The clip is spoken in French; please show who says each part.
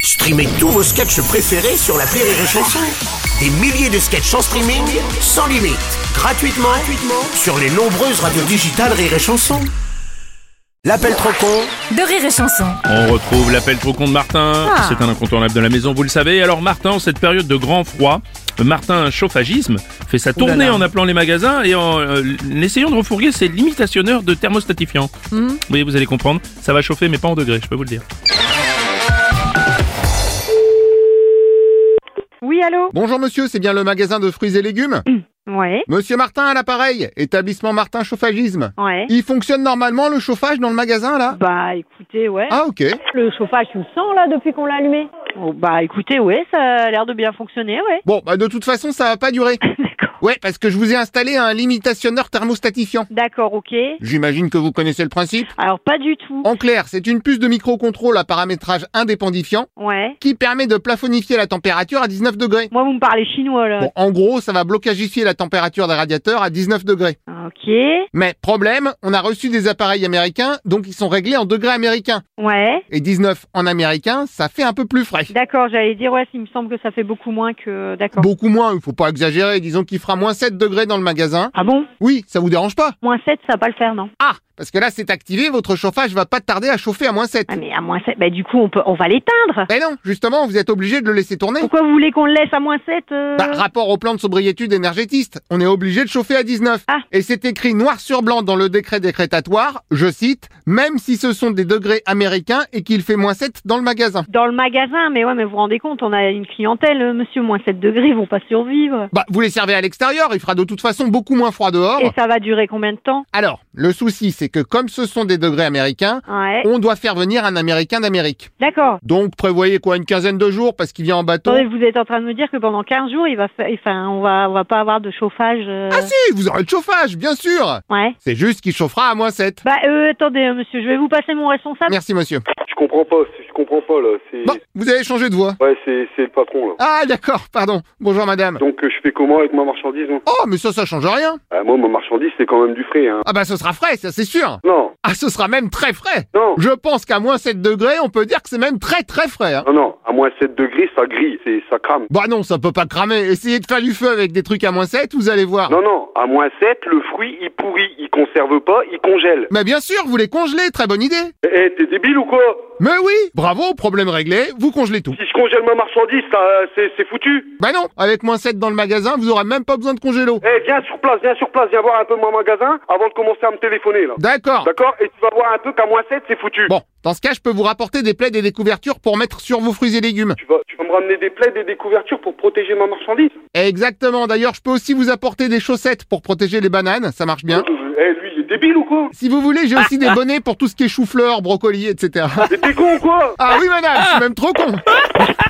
Speaker 1: Streamez tous vos sketchs préférés sur la Rire et Chanson. Des milliers de sketchs en streaming, sans limite, gratuitement, gratuitement sur les nombreuses radios digitales Rire et Chanson. L'appel trop con
Speaker 2: de rire et chanson.
Speaker 3: On retrouve l'appel trop con de Martin.
Speaker 2: Ah.
Speaker 3: C'est un incontournable de la maison, vous le savez. Alors Martin, en cette période de grand froid, Martin Chauffagisme fait sa tournée en appelant les magasins et en euh, essayant de refourguer ses limitationneurs de thermostatifiants. Oui, vous allez comprendre, ça va chauffer mais pas en degrés, je peux vous le dire.
Speaker 4: Oui, allô
Speaker 5: Bonjour monsieur, c'est bien le magasin de fruits et légumes
Speaker 4: Mm. Ouais,
Speaker 5: Monsieur Martin à l'appareil, établissement Martin Chauffagisme.
Speaker 4: ouais.
Speaker 5: Il fonctionne normalement le chauffage dans le magasin là
Speaker 4: Bah écoutez, ouais.
Speaker 5: Ah ok.
Speaker 4: Le chauffage, tu le sens là depuis qu'on l'a allumé oh, Bah écoutez, ouais, ça a l'air de bien fonctionner, ouais.
Speaker 5: Bon, bah de toute façon ça va pas durer.
Speaker 4: D'accord.
Speaker 5: Ouais, parce que je vous ai installé un limitationneur thermostatifiant.
Speaker 4: D'accord, ok.
Speaker 5: J'imagine que vous connaissez le principe.
Speaker 4: Alors pas du tout.
Speaker 5: En clair, c'est une puce de microcontrôle à paramétrage indépendifiant
Speaker 4: Ouais.
Speaker 5: qui permet de plafonifier la température à 19 degrés.
Speaker 4: Moi, vous me parlez chinois là.
Speaker 5: Bon, en gros, ça va blocagifier la température des radiateurs à 19 degrés.
Speaker 4: Ok.
Speaker 5: Mais problème, on a reçu des appareils américains, donc ils sont réglés en degrés américains.
Speaker 4: Ouais.
Speaker 5: et 19 en américain, ça fait un peu plus frais.
Speaker 4: D'accord, j'allais dire, ouais, il me semble que ça fait beaucoup moins que. D'accord.
Speaker 5: Beaucoup moins, il faut pas exagérer, disons qu'il fera moins 7 degrés dans le magasin.
Speaker 4: Ah bon
Speaker 5: Oui, ça vous dérange pas
Speaker 4: Moins 7, ça va pas le faire, non
Speaker 5: Ah, parce que là c'est activé, votre chauffage va pas tarder à chauffer à moins 7.
Speaker 4: Ah, mais à moins 7, bah du coup, on, peut... on va l'éteindre
Speaker 5: Mais non, justement, vous êtes obligé de le laisser tourner.
Speaker 4: Pourquoi vous voulez qu'on le laisse à moins 7 euh
Speaker 5: Bah, rapport au plan de sobriétude énergétiste, on est obligé de chauffer à 19.
Speaker 4: Ah.
Speaker 5: Et c'est écrit noir sur blanc dans le décret décrétatoire, je cite, même si ce sont des degrés américains et qu'il fait moins 7 dans le magasin.
Speaker 4: Dans le magasin, mais ouais, mais vous vous rendez compte, on a une clientèle, euh, monsieur, moins 7 degrés, ils vont pas survivre.
Speaker 5: Bah, vous les servez à l'extérieur, il fera de toute façon beaucoup moins froid dehors.
Speaker 4: Et ça va durer combien de temps
Speaker 5: Alors, le souci, c'est que comme ce sont des degrés américains,
Speaker 4: hein, Ouais.
Speaker 5: on doit faire venir un Américain d'Amérique.
Speaker 4: D'accord.
Speaker 5: Donc prévoyez quoi, une quinzaine de jours parce qu'il vient en bateau
Speaker 4: Attendez, vous êtes en train de me dire que pendant 15 jours, il va fa- enfin, on va, on va pas avoir de chauffage. euh,
Speaker 5: Ah si, vous aurez le chauffage, bien sûr
Speaker 4: Ouais.
Speaker 5: C'est juste qu'il chauffera à moins 7.
Speaker 4: Bah, euh, attendez, euh, monsieur, je vais vous passer mon responsable.
Speaker 5: Merci monsieur.
Speaker 6: Je comprends pas, c'est- je comprends pas là, c'est...
Speaker 5: Bon, vous avez changé de voix.
Speaker 6: Ouais, c'est c'est le patron là.
Speaker 5: Ah d'accord, pardon. Bonjour madame.
Speaker 6: Donc euh, je fais comment avec ma marchandise moi
Speaker 5: Oh, mais ça, ça change rien.
Speaker 6: Ah, Moi, ma marchandise, c'est quand même du frais, hein.
Speaker 5: Ah bah ce sera frais, ça c'est sûr.
Speaker 6: Non,
Speaker 5: Ah, ce sera même très frais.
Speaker 6: non,
Speaker 5: Je pense qu'à moins 7 degrés, on peut dire que c'est même très très frais. hein.
Speaker 6: non, non, à moins 7 degrés, ça grille, c'est ça crame.
Speaker 5: Bah non, ça peut pas cramer. Essayez de faire du feu avec des trucs à moins 7, vous allez voir.
Speaker 6: Non, non, à moins 7, le fruit, il pourrit, il conserve pas, il congèle.
Speaker 5: Mais bien sûr, vous les congelez, très bonne idée.
Speaker 6: Eh, eh, t'es débile ou quoi
Speaker 5: Mais oui, bravo, problème réglé, vous congelez tout.
Speaker 6: Si je congèle ma marchandise, ça, euh, c'est c'est foutu.
Speaker 5: Bah non, avec moins 7 dans le magasin, vous aurez même pas besoin de congélo.
Speaker 6: Eh, viens sur place, viens sur place, viens voir un peu mon magasin avant de commencer à me téléphoner là.
Speaker 5: D'accord.
Speaker 6: D'accord Et tu vas voir un peu qu'à moins 7, c'est foutu.
Speaker 5: Ah. Bon, dans ce cas, je peux vous rapporter des plaies et des couvertures pour mettre sur vos fruits et légumes.
Speaker 6: Tu vas, tu vas me ramener des plaids et des couvertures pour protéger ma marchandise
Speaker 5: Exactement, d'ailleurs, je peux aussi vous apporter des chaussettes pour protéger les bananes, ça marche bien.
Speaker 6: Euh, Eh, lui, il est débile ou quoi
Speaker 5: Si vous voulez, j'ai aussi des bonnets pour tout ce qui est chou-fleur, brocoli, etc.
Speaker 6: Mais t'es con ou quoi
Speaker 5: Ah oui, madame, je suis même trop con.